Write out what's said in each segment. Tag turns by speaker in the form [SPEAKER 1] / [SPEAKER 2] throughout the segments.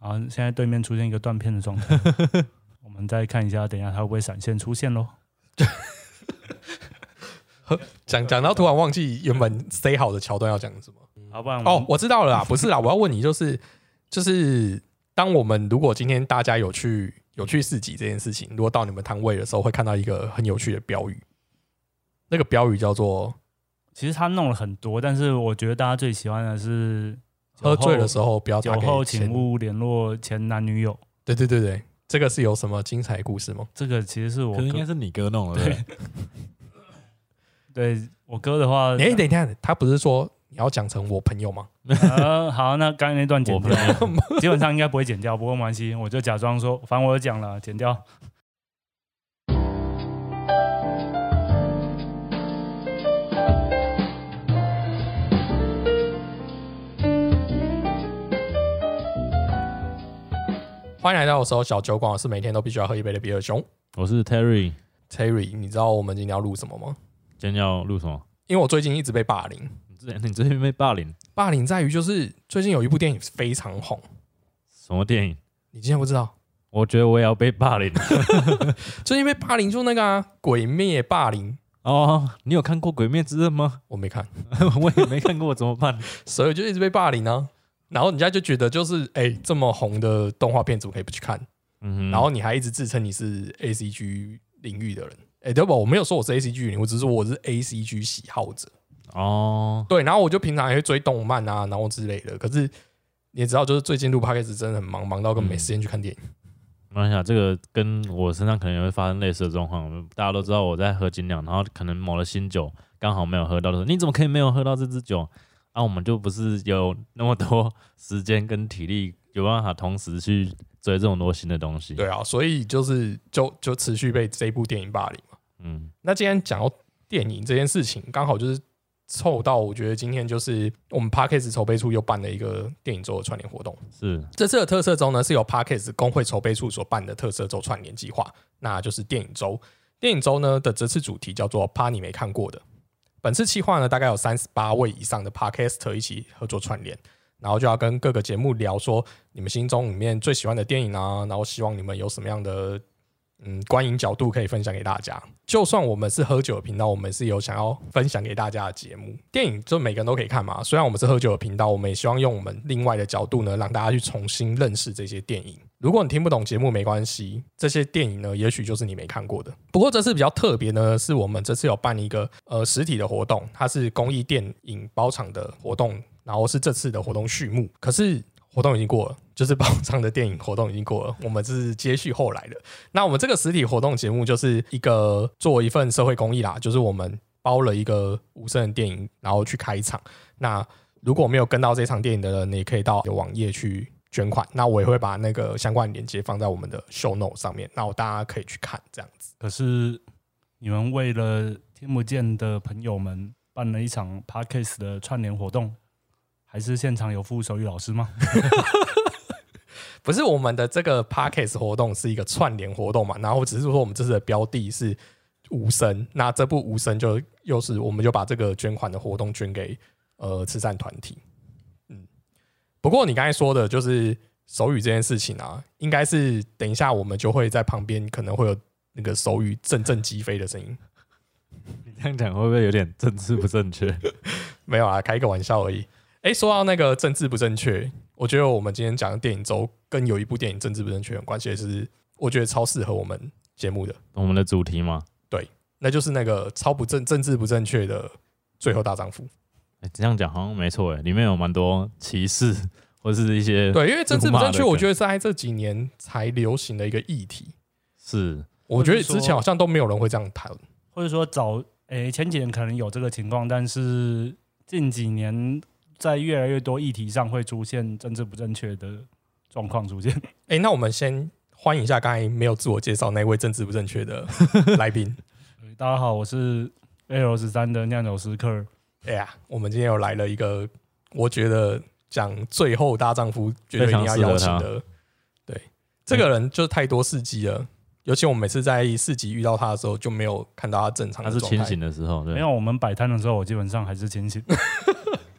[SPEAKER 1] 然后现在对面出现一个断片的状 态，我们再看一下，等一下它会不会闪现出现喽？
[SPEAKER 2] 讲讲到突然忘记原
[SPEAKER 1] 嗯
[SPEAKER 2] 本 say 好的桥段要讲什么。
[SPEAKER 1] 好，不然我
[SPEAKER 2] 哦
[SPEAKER 1] 们，
[SPEAKER 2] 我知道了啦， 不是啦，我要问你，就是就是，当我们如果今天大家有去有去市集这件事情，如果到你们摊位的时候，会看到一个很有趣的标语，那个标语叫做
[SPEAKER 1] 其实他弄了很多，但是我觉得大家最喜欢的是
[SPEAKER 2] “喝醉的时
[SPEAKER 1] 候，
[SPEAKER 2] 候不要打
[SPEAKER 1] 酒
[SPEAKER 2] 给
[SPEAKER 1] 后
[SPEAKER 2] 前
[SPEAKER 1] 请勿联络前男女友。
[SPEAKER 2] 对对对对，这个是有什么精彩故事吗？
[SPEAKER 1] 这个其实是我
[SPEAKER 3] 可是应该
[SPEAKER 1] 哥，
[SPEAKER 3] 是你哥弄了，对不对
[SPEAKER 1] 对我哥的话，
[SPEAKER 2] 哎、等一下，他不是说你要讲成我朋友吗？
[SPEAKER 1] 呃，好，那刚才那段剪
[SPEAKER 3] 我
[SPEAKER 1] 掉，基本上应该不会剪掉，不过没关系，我就假装说，反正我有讲了，剪掉。
[SPEAKER 2] 欢迎来到我候小酒馆，我是每天都必须要喝一杯的比尔熊
[SPEAKER 3] 我是 Terry，
[SPEAKER 2] Terry。你知道我们今天要录什么吗？
[SPEAKER 3] 今天要录什么？
[SPEAKER 2] 因为我最近一直被霸凌，
[SPEAKER 3] 你之前你之前被霸凌，
[SPEAKER 2] 霸凌在于就是最近有一部电影非常红，
[SPEAKER 3] 什么电影？
[SPEAKER 2] 你竟然不知道？
[SPEAKER 3] 我觉得我也要被霸凌
[SPEAKER 2] 最近被霸凌就那个啊，《鬼灭》霸凌，
[SPEAKER 3] 哦！你有看过《鬼灭之刃》吗？
[SPEAKER 2] 我没看，
[SPEAKER 3] 我也没看过，怎么办？
[SPEAKER 2] 所以我就一直被霸凌啊。然后人家就觉得就是哎、这么红的动画片怎么可以不去看？
[SPEAKER 3] 嗯哼，
[SPEAKER 2] 然后你还一直自称你是 A C G 领域的人。哎、对不，我没有说我是 A C G 领域，我只是说我是 A C G 喜好者。
[SPEAKER 3] 哦，
[SPEAKER 2] 对，然后我就平常也会追动漫啊，然后之类的。可是你也知道，就是最近录 p o d c a 真的很忙，忙到跟没时间去看电影。
[SPEAKER 3] 我想啊这个跟我身上可能也会发生类似的状况。我们大家都知道我在喝精酿，然后可能某了新酒刚好没有喝到的时候，你怎么可以没有喝到这支酒？啊，我们就不是有那么多时间跟体力，有办法同时去追这种多新的东西。
[SPEAKER 2] 对，啊，所以就是就就持续被这部电影霸凌。
[SPEAKER 3] 嗯，
[SPEAKER 2] 那今天讲到电影这件事情，刚好就是凑到，我觉得今天就是我们 Parkes 筹备处又办了一个电影周的串联活动。
[SPEAKER 3] 是
[SPEAKER 2] 这次的特色周呢，是由 Parkes 工会筹备处所办的特色周串联计划，那就是电影周。电影周呢的这次主题叫做“趴你没看过的”。本次计划呢，大概有三十八位以上的 Parkester 一起合作串联，然后就要跟各个节目聊说你们心中里面最喜欢的电影啊，然后希望你们有什么样的嗯观影角度可以分享给大家。就算我们是喝酒的频道，我们是有想要分享给大家的节目。电影就每个人都可以看嘛，虽然我们是喝酒的频道，我们也希望用我们另外的角度呢，让大家去重新认识这些电影。如果你听不懂节目没关系，这些电影呢，也许就是你没看过的。不过这次比较特别呢，是我们这次有办一个呃实体的活动，它是公益电影包场的活动，然后是这次的活动序幕。可是活动已经过了，就是包场的电影活动已经过了，我们是接续后来的。那我们这个实体活动节目就是一个做一份社会公益啦，就是我们包了一个无声的电影，然后去开场。那如果没有跟到这场电影的人，你也可以到网页去捐款。那我也会把那个相关链接放在我们的 show note 上面，那我大家可以去看。这样子，
[SPEAKER 1] 可是你们为了听不见的朋友们办了一场 Parkes 的串联活动，还是现场有副手语老师吗？
[SPEAKER 2] 不是我们的这个 podcast 活动是一个串联活动嘛？然后只是说我们这次的标的是无声，那这部无声就又是我们就把这个捐款的活动捐给呃慈善团体。嗯，不过你刚才说的就是手语这件事情啊，应该是等一下我们就会在旁边可能会有那个手语阵阵击飞的声音。
[SPEAKER 3] 你这样讲会不会有点政治不正确？
[SPEAKER 2] 没有啊，开一个玩笑而已。哎，说到那个政治不正确，我觉得我们今天讲的电影周跟有一部电影政治不正确有关系，是我觉得超适合我们节目的，
[SPEAKER 3] 我们的主题吗？
[SPEAKER 2] 那就是那个超不正政治不正确的《最后大丈夫》。
[SPEAKER 3] 哎、这样讲好像没错哎，里面有蛮多歧视或是一些
[SPEAKER 2] 对，因为政治不正确，
[SPEAKER 3] 辱骂的梗
[SPEAKER 2] 我觉得是在这几年才流行的一个议题。
[SPEAKER 3] 是
[SPEAKER 2] 我觉得
[SPEAKER 1] 或者说
[SPEAKER 2] 之前好像都没有人会这样谈。
[SPEAKER 1] 或者说早诶、前几年可能有这个情况，但是近几年在越来越多议题上会出现政治不正确的状况出现。
[SPEAKER 2] 哎，那我们先欢迎一下刚才没有自我介绍那位政治不正确的来宾。
[SPEAKER 1] 大家好，我是 L 十三的酿酒师克尔。
[SPEAKER 2] 哎呀，我们今天又来了一个，我觉得讲《最后大丈夫》绝对一定要邀请
[SPEAKER 3] 非常适
[SPEAKER 2] 的，对，这个人就太多事迹了。尤其我每次在市集遇到他的时候，就没有看到他正常
[SPEAKER 3] 他
[SPEAKER 2] 的
[SPEAKER 3] 是
[SPEAKER 2] 状
[SPEAKER 3] 清
[SPEAKER 2] 态。
[SPEAKER 3] 醒的时候，
[SPEAKER 1] 没
[SPEAKER 3] 对，
[SPEAKER 1] 有我们摆摊的时候，我基本上还是清醒。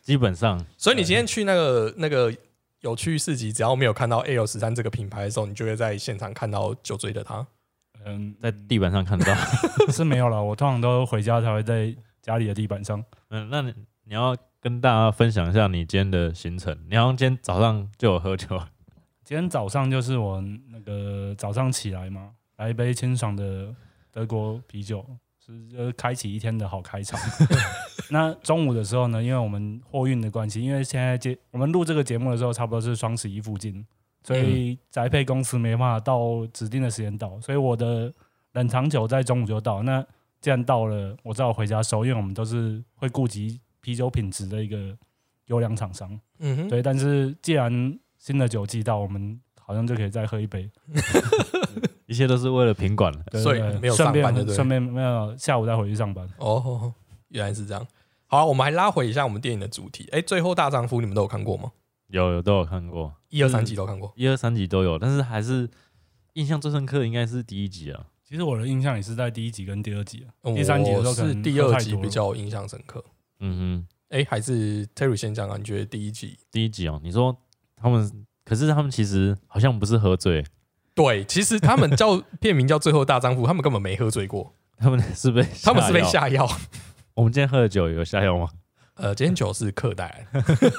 [SPEAKER 3] 基本上
[SPEAKER 2] 所以你今天去那个那个有去市集，只要没有看到 AL 十三这个品牌的时候，你就会在现场看到酒醉的他。
[SPEAKER 1] 嗯，
[SPEAKER 3] 在地板上 看到。
[SPEAKER 1] 是没有了。我通常都回家才会在家里的地板上。
[SPEAKER 3] 嗯，那你你要跟大家分享一下你今天的行程。你好像今天早上就有喝酒，
[SPEAKER 1] 今天早上就是我那个早上起来嘛，来一杯清爽的德国啤酒，是就是开启一天的好开场。那中午的时候呢，因为我们货运的关系，因为现在节我们录这个节目的时候，差不多是双十一附近，所以宅配公司没办法到指定的时间到，所以我的冷藏酒在中午就到。那既然到了，我只好回家收，因为我们都是会顾及啤酒品质的一个优良厂商。
[SPEAKER 2] 嗯哼，
[SPEAKER 1] 对，但是既然新的酒寄到，我们好像就可以再喝一杯。
[SPEAKER 3] 一切都是为了品管。
[SPEAKER 1] 对
[SPEAKER 2] 所以
[SPEAKER 1] 对
[SPEAKER 2] 没有
[SPEAKER 1] 顺
[SPEAKER 2] 上班就
[SPEAKER 1] 便
[SPEAKER 2] 对
[SPEAKER 1] 顺便没有下午再回去上班。
[SPEAKER 2] 哦，原来是这样。好、啊，我们还拉回一下我们电影的主题。哎、最后大丈夫你们都有看过吗？
[SPEAKER 3] 有有都有看过，
[SPEAKER 2] 一二三集都看过。
[SPEAKER 3] 一二三集都有，但是还是印象最深刻的应该是第一集啊。
[SPEAKER 1] 其实我的印象也是在第一集跟第二集啊、
[SPEAKER 2] 我
[SPEAKER 1] 第三集的时候可
[SPEAKER 2] 是
[SPEAKER 1] 能
[SPEAKER 2] 第
[SPEAKER 1] 喝
[SPEAKER 2] 二
[SPEAKER 1] 太
[SPEAKER 2] 集
[SPEAKER 1] 多
[SPEAKER 2] 比
[SPEAKER 1] 了
[SPEAKER 2] 较印象深刻。
[SPEAKER 3] 嗯哼，
[SPEAKER 2] 哎、还是 Terry 先讲啊？你觉得第一集？
[SPEAKER 3] 第一集哦，你说他们，可是他们其实好像不是喝醉，
[SPEAKER 2] 对，其实他们叫片名叫《最后大丈夫》，他 们根本没喝醉过，
[SPEAKER 3] 他们是被
[SPEAKER 2] 他们是被
[SPEAKER 3] 药。
[SPEAKER 2] 下药。
[SPEAKER 3] 我们今天喝的酒有下药吗？
[SPEAKER 2] 呃，今天酒是客带 来的，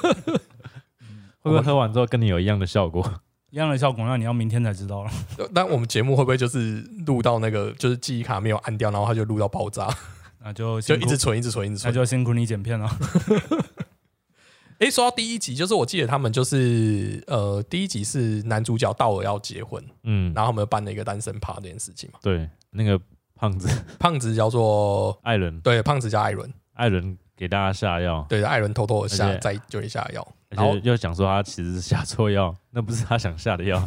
[SPEAKER 3] 会不会喝完之后跟你有一样的效果？
[SPEAKER 1] 一样的效果，那你要明天才知道了。
[SPEAKER 2] 呃但我们节目会不会就是录到那个就是记忆卡没有按掉，然后它就录到爆 炸，
[SPEAKER 1] 那就
[SPEAKER 2] 就
[SPEAKER 1] 辛
[SPEAKER 2] 一
[SPEAKER 1] 苦
[SPEAKER 2] 直存，一直存，一直
[SPEAKER 1] 那
[SPEAKER 2] 存。
[SPEAKER 1] 就辛苦你剪片了。
[SPEAKER 2] 诶，说到第一集，就是我记得他们就是呃，第一集是男主角道尔要结婚，
[SPEAKER 3] 嗯，
[SPEAKER 2] 然后他们办了一个单身趴这件事情嘛。
[SPEAKER 3] 对，那个胖子
[SPEAKER 2] 胖子叫做
[SPEAKER 3] 艾伦，
[SPEAKER 2] 对，胖子叫艾伦，
[SPEAKER 3] 艾伦给大家下药，
[SPEAKER 2] 对，艾伦偷偷的
[SPEAKER 3] 而
[SPEAKER 2] 下
[SPEAKER 3] 且
[SPEAKER 2] 再就一下药，
[SPEAKER 3] 而
[SPEAKER 2] 然后
[SPEAKER 3] 且又讲说他其实是下错药， 那不是他想下的 药。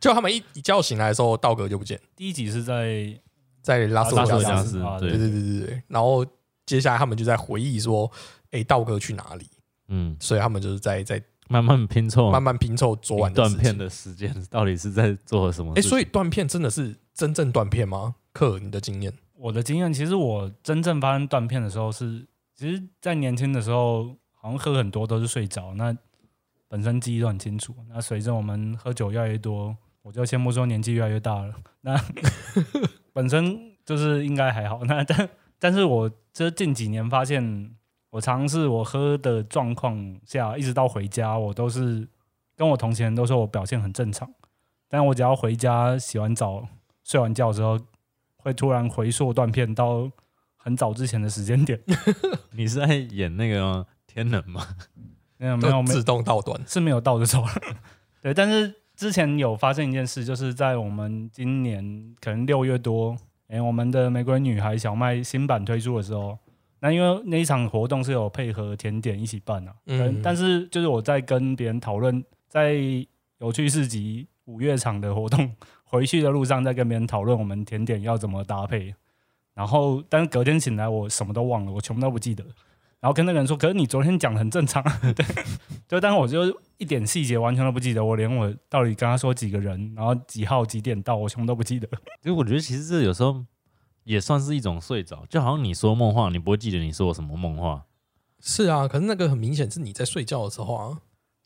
[SPEAKER 2] 就他们一一觉醒来的时候，道格就不见，
[SPEAKER 1] 第一集是在
[SPEAKER 2] 在拉斯维
[SPEAKER 3] 拉斯维
[SPEAKER 2] 加
[SPEAKER 3] 加
[SPEAKER 2] 斯
[SPEAKER 3] 斯。
[SPEAKER 1] 啊，
[SPEAKER 3] 对
[SPEAKER 2] 对对对对对。然后接下来他们就在回忆说，诶，道格去哪里？
[SPEAKER 3] 嗯，
[SPEAKER 2] 所以他们就是在在
[SPEAKER 3] 慢慢拼凑，
[SPEAKER 2] 慢慢拼凑昨晚
[SPEAKER 3] 一
[SPEAKER 2] 的
[SPEAKER 3] 断
[SPEAKER 2] 事情
[SPEAKER 3] 哦片。的时间到底是在做什么
[SPEAKER 2] 哎、
[SPEAKER 3] 事情？
[SPEAKER 2] 所以断片真的是真正断片吗？克，你的经验
[SPEAKER 1] 我的经验，其实我真正发生断片的时候是，其实，在年轻的时候，好像喝很多都是睡着，那本身记忆都很清楚。那随着我们喝酒越来越多，我就先不说年纪越来越大了，那本身就是应该还好。那但但是我这近几年发现，我尝试我喝的状况下，一直到回家，我都是跟我同行人都说我表现很正常，但我只要回家洗完澡、睡完觉之后，会突然回溯断片到很早之前的时间点。
[SPEAKER 3] 你是在演那个吗天能吗？
[SPEAKER 1] 没有没有
[SPEAKER 2] 都
[SPEAKER 1] 没
[SPEAKER 2] 自动倒短。
[SPEAKER 1] 是没有倒着走了。 对，但是之前有发生一件事，就是在我们今年可能六月多，哎、我们的玫瑰女孩小麦新版推出的时候，那因为那一场活动是有配合甜点一起办啊，
[SPEAKER 2] 嗯
[SPEAKER 1] 嗯，但是就是我在跟别人讨论，在有趣市集五月场的活动回去的路上，在跟别人讨论我们甜点要怎么搭配，然后但是隔天醒来我什么都忘了，我全部都不记得。然后跟那个人说，可是你昨天讲得很正常，对，就但是我就一点细节完全都不记得，我连我到底跟他说几个人，然后几号几点到，我全部都不 记得。
[SPEAKER 3] 其实我觉得其实这有时候也算是一种睡着，就好像你说梦话，你不会记得你说我什么梦话，
[SPEAKER 2] 是啊，可是那个很明显是你在睡觉的时候啊。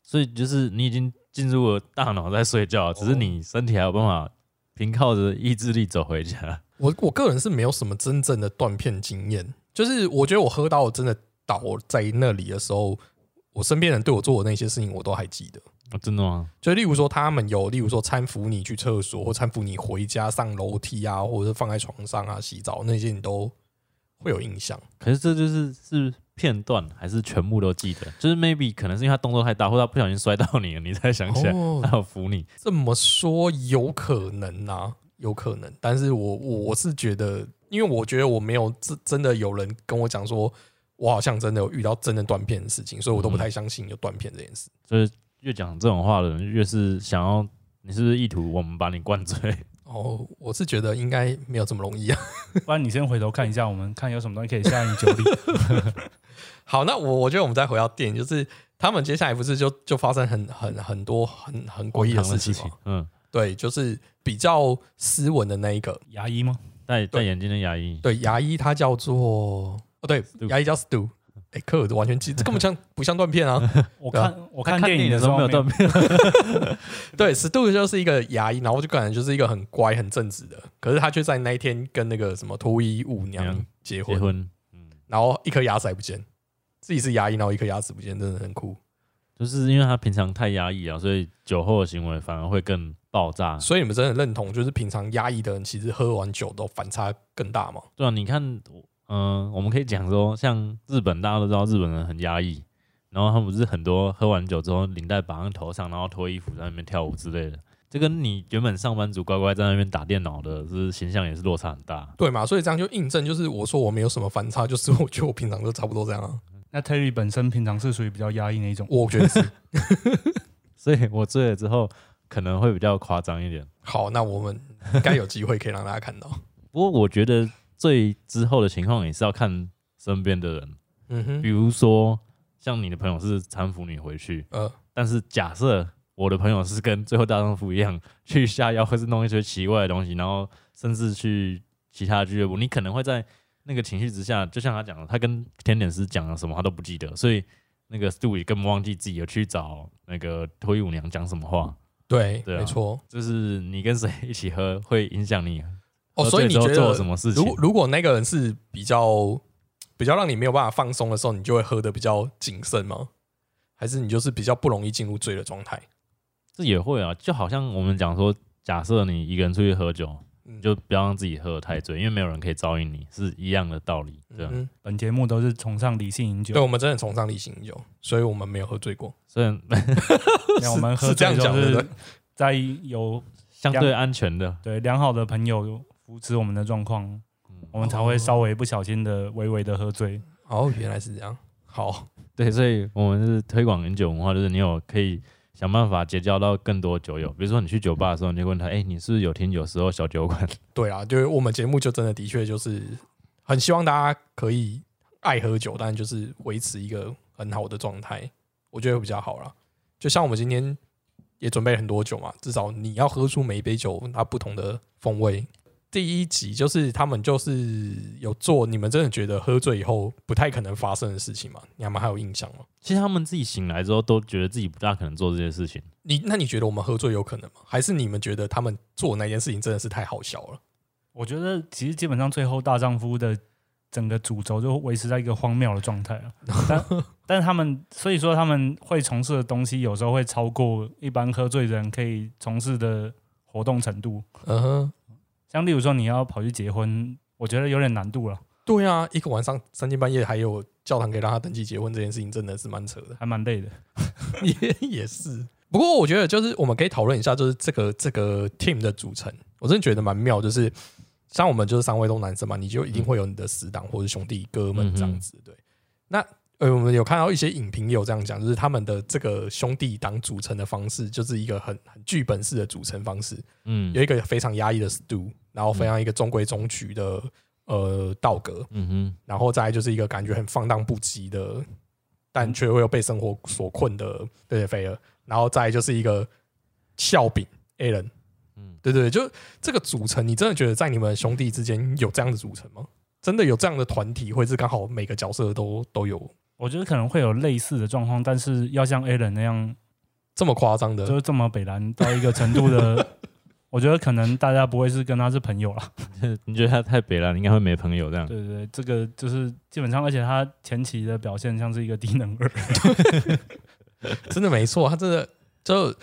[SPEAKER 3] 所以就是你已经进入了大脑在睡觉，只是你身体还有办法凭靠着意志力走回家。
[SPEAKER 2] 我我个人是没有什么真正的断片经验，就是我觉得我喝到真的倒在那里的时候，我身边人对我做的那些事情我都还记得。
[SPEAKER 3] 哦真的吗？
[SPEAKER 2] 就例如说，他们有例如说搀扶你去厕所，或搀扶你回家上楼梯啊，或者是放在床上啊洗澡那些，你都会有印象。
[SPEAKER 3] 可是这就是是片段还是全部都记得？就是 maybe 可能是因为他动作太大，或者他不小心摔到你了，你才想起来，
[SPEAKER 2] 哦
[SPEAKER 3] 他有扶你。
[SPEAKER 2] 这么说有可能啊，有可能。但是我我我是觉得，因为我觉得我没有真真的有人跟我讲说，我好像真的有遇到真的断片的事情，所以我都不太相信有断片这件事。
[SPEAKER 3] 就是越讲这种话的人，越是想要你是不是意图我们把你灌醉？
[SPEAKER 2] 哦，我是觉得应该没有这么容易啊。
[SPEAKER 1] 不然你先回头看一下，我们看有什么东西可以下你酒里。
[SPEAKER 2] 好，那我我觉得我们再回到电影，就是他们接下来不是就就发生很很很多很很诡异的
[SPEAKER 3] 荒
[SPEAKER 2] 事
[SPEAKER 3] 唐的
[SPEAKER 2] 情
[SPEAKER 3] 事
[SPEAKER 2] 吗
[SPEAKER 3] 情？，嗯，
[SPEAKER 2] 对，就是比较斯文的那一个，
[SPEAKER 1] 牙医吗？
[SPEAKER 3] 戴
[SPEAKER 2] 对
[SPEAKER 3] 戴眼镜的牙医，
[SPEAKER 2] 对，牙医他叫做哦，对，
[SPEAKER 3] Stu
[SPEAKER 2] 牙医叫 Stu。哎，科尔完全记，这根本像不像断片 啊？
[SPEAKER 1] 我
[SPEAKER 2] 对啊
[SPEAKER 1] 看我看
[SPEAKER 3] 看
[SPEAKER 1] 电
[SPEAKER 3] 电
[SPEAKER 1] 影的
[SPEAKER 3] 的
[SPEAKER 1] 时候
[SPEAKER 3] 没有断
[SPEAKER 1] 有，
[SPEAKER 3] 片，
[SPEAKER 2] 对，史杜就是一个牙医，然后就感觉就是一个很乖、很正直的，可是他却在那一天跟那个什么脱衣舞娘
[SPEAKER 3] 娘
[SPEAKER 2] 结婚，
[SPEAKER 3] 结婚，嗯，
[SPEAKER 2] 然后一颗牙齿还不见，自己是牙医，然后一颗牙齿不见，真的很酷。
[SPEAKER 3] 就是因为他平常太压抑啊，所以酒后的行为反而会更爆炸。
[SPEAKER 2] 所以你们真的认同，就是平常压抑的人，其实喝完酒都反差更大吗？
[SPEAKER 3] 对啊，你看，嗯、我们可以讲说，像日本，大家都知道日本人很压抑，然后他们不是很多喝完酒之后领带绑在头上，然后脱衣服在那边跳舞之类的，这跟你原本上班族乖乖在那边打电脑的是形象也是落差很大。
[SPEAKER 2] 对嘛？所以这样就印证，就是我说我没有什么反差，就是我觉得我平常都差不多这样啊。
[SPEAKER 1] 那 Terry 本身平常是属于比较压抑那一种，
[SPEAKER 2] 我觉得是
[SPEAKER 3] 所以我醉了之后可能会比较夸张一点，
[SPEAKER 2] 好，那我们应该有机会可以让大家看到。
[SPEAKER 3] 不过我觉得醉之后的情况也是要看身边的人，
[SPEAKER 2] 嗯
[SPEAKER 3] 比
[SPEAKER 2] 哼，
[SPEAKER 3] 如说像你的朋友是搀扶你回去，
[SPEAKER 2] 呃，
[SPEAKER 3] 但是假设我的朋友是跟《最后大丈夫》一样去下药，或是弄一些奇怪的东西，然后甚至去其他俱乐部，你可能会在那个情绪之下，就像他讲的，他跟甜点师讲了什么，他都不记得，所以那个 Stewie 根本忘记自己有去找那个脱衣舞娘讲什么话。
[SPEAKER 2] 对，
[SPEAKER 3] 对啊
[SPEAKER 2] 没错。
[SPEAKER 3] 就是你跟谁一起喝，会影响你
[SPEAKER 2] 哦，
[SPEAKER 3] 喝
[SPEAKER 2] 所以你
[SPEAKER 3] 醉之后
[SPEAKER 2] 觉
[SPEAKER 3] 做
[SPEAKER 2] 得
[SPEAKER 3] 了什么事情
[SPEAKER 2] 如。如果那个人是比较比较让你没有办法放松的时候，你就会喝的比较谨慎吗？还是你就是比较不容易进入醉的状态？
[SPEAKER 3] 这也会啊，就好像我们讲说，假设你一个人出去喝酒，
[SPEAKER 2] 嗯
[SPEAKER 3] 你就不要让自己喝得太醉，因为没有人可以照应你，是一样的道理。对啊，
[SPEAKER 2] 嗯
[SPEAKER 1] 本节目都是崇尚理性饮酒
[SPEAKER 2] 对，，我们真的崇尚理性饮酒，所以我们没有喝醉过。
[SPEAKER 3] 虽然
[SPEAKER 1] 那我们
[SPEAKER 2] 是
[SPEAKER 1] 喝
[SPEAKER 2] 这样
[SPEAKER 1] 醉都
[SPEAKER 2] 讲的对
[SPEAKER 1] 是在有
[SPEAKER 3] 相对安全的。
[SPEAKER 1] 对良好的朋友扶持我们的状况，
[SPEAKER 2] 嗯
[SPEAKER 1] 我们才会稍微不小心的微微的喝醉。
[SPEAKER 2] 哦，原来是这样。好，
[SPEAKER 3] 对，所以我们是推广饮酒文化，就是你有可以想办法结交到更多酒友。比如说你去酒吧的时候，你就问他，哎、你是不是有听有时候小酒馆？
[SPEAKER 2] 对啊，就是我们节目就真的的确就是很希望大家可以爱喝酒，但就是维持一个很好的状态，我觉得会比较好啦。就像我们今天也准备了很多酒嘛，至少你要喝出每一杯酒它不同的风味。第一集就是他们就是有做你们真的觉得喝醉以后不太可能发生的事情嘛？你们还有印象吗？
[SPEAKER 3] 其实他们自己醒来之后，都觉得自己不大可能做这些事情。
[SPEAKER 2] 你那你觉得我们喝醉有可能吗？还是你们觉得他们做那件事情真的是太好笑了？
[SPEAKER 1] 我觉得其实基本上最后大丈夫的整个主轴就维持在一个荒谬的状态啊，但但他们所以说他们会从事的东西有时候会超过一般喝醉人可以从事的活动程度，
[SPEAKER 2] 嗯哼，
[SPEAKER 1] 像例如说你要跑去结婚，我觉得有点难度了，，
[SPEAKER 2] 对啊，一个晚上三更半夜还有教堂可以让他登记结婚这件事情，真的是蛮扯 的
[SPEAKER 1] 还蛮累的。
[SPEAKER 2] 也也是。不过我觉得就是我们可以讨论一下，就是这个这个 team 的组成，我真的觉得蛮妙，就是像我们就是三位都男生嘛，你就一定会有你的死党或者兄弟哥们这样子。对，那呃，我们有看到一些影评也有这样讲，就是他们的这个兄弟党组成的方式，就是一个很很剧本式的组成方式。
[SPEAKER 3] 嗯
[SPEAKER 2] 有一个非常压抑的 stew，然后非常一个中规中矩的呃道格，
[SPEAKER 3] 嗯哼，
[SPEAKER 2] 然后再来就是一个感觉很放荡不羁的，但却会有被生活所困的对对菲尔，然后再来就是一个笑柄 A 人，嗯
[SPEAKER 3] 嗯，
[SPEAKER 2] 对对，就这个组成，你真的觉得在你们兄弟之间有这样的组成吗？真的有这样的团体，或者是刚好每个角色都都有
[SPEAKER 1] 我觉得可能会有类似的状况，但是要像 A 人那样，
[SPEAKER 2] 这么夸张的
[SPEAKER 1] 就是这么北蓝到一个程度的， 我觉得可能大家不会是跟他是朋友啦。
[SPEAKER 3] 你觉得他太北了，你应该会没朋友这样。
[SPEAKER 1] 对对对，这个就是基本上，而且他前期的表现像是一个低能儿，
[SPEAKER 2] 真的没错，他真的就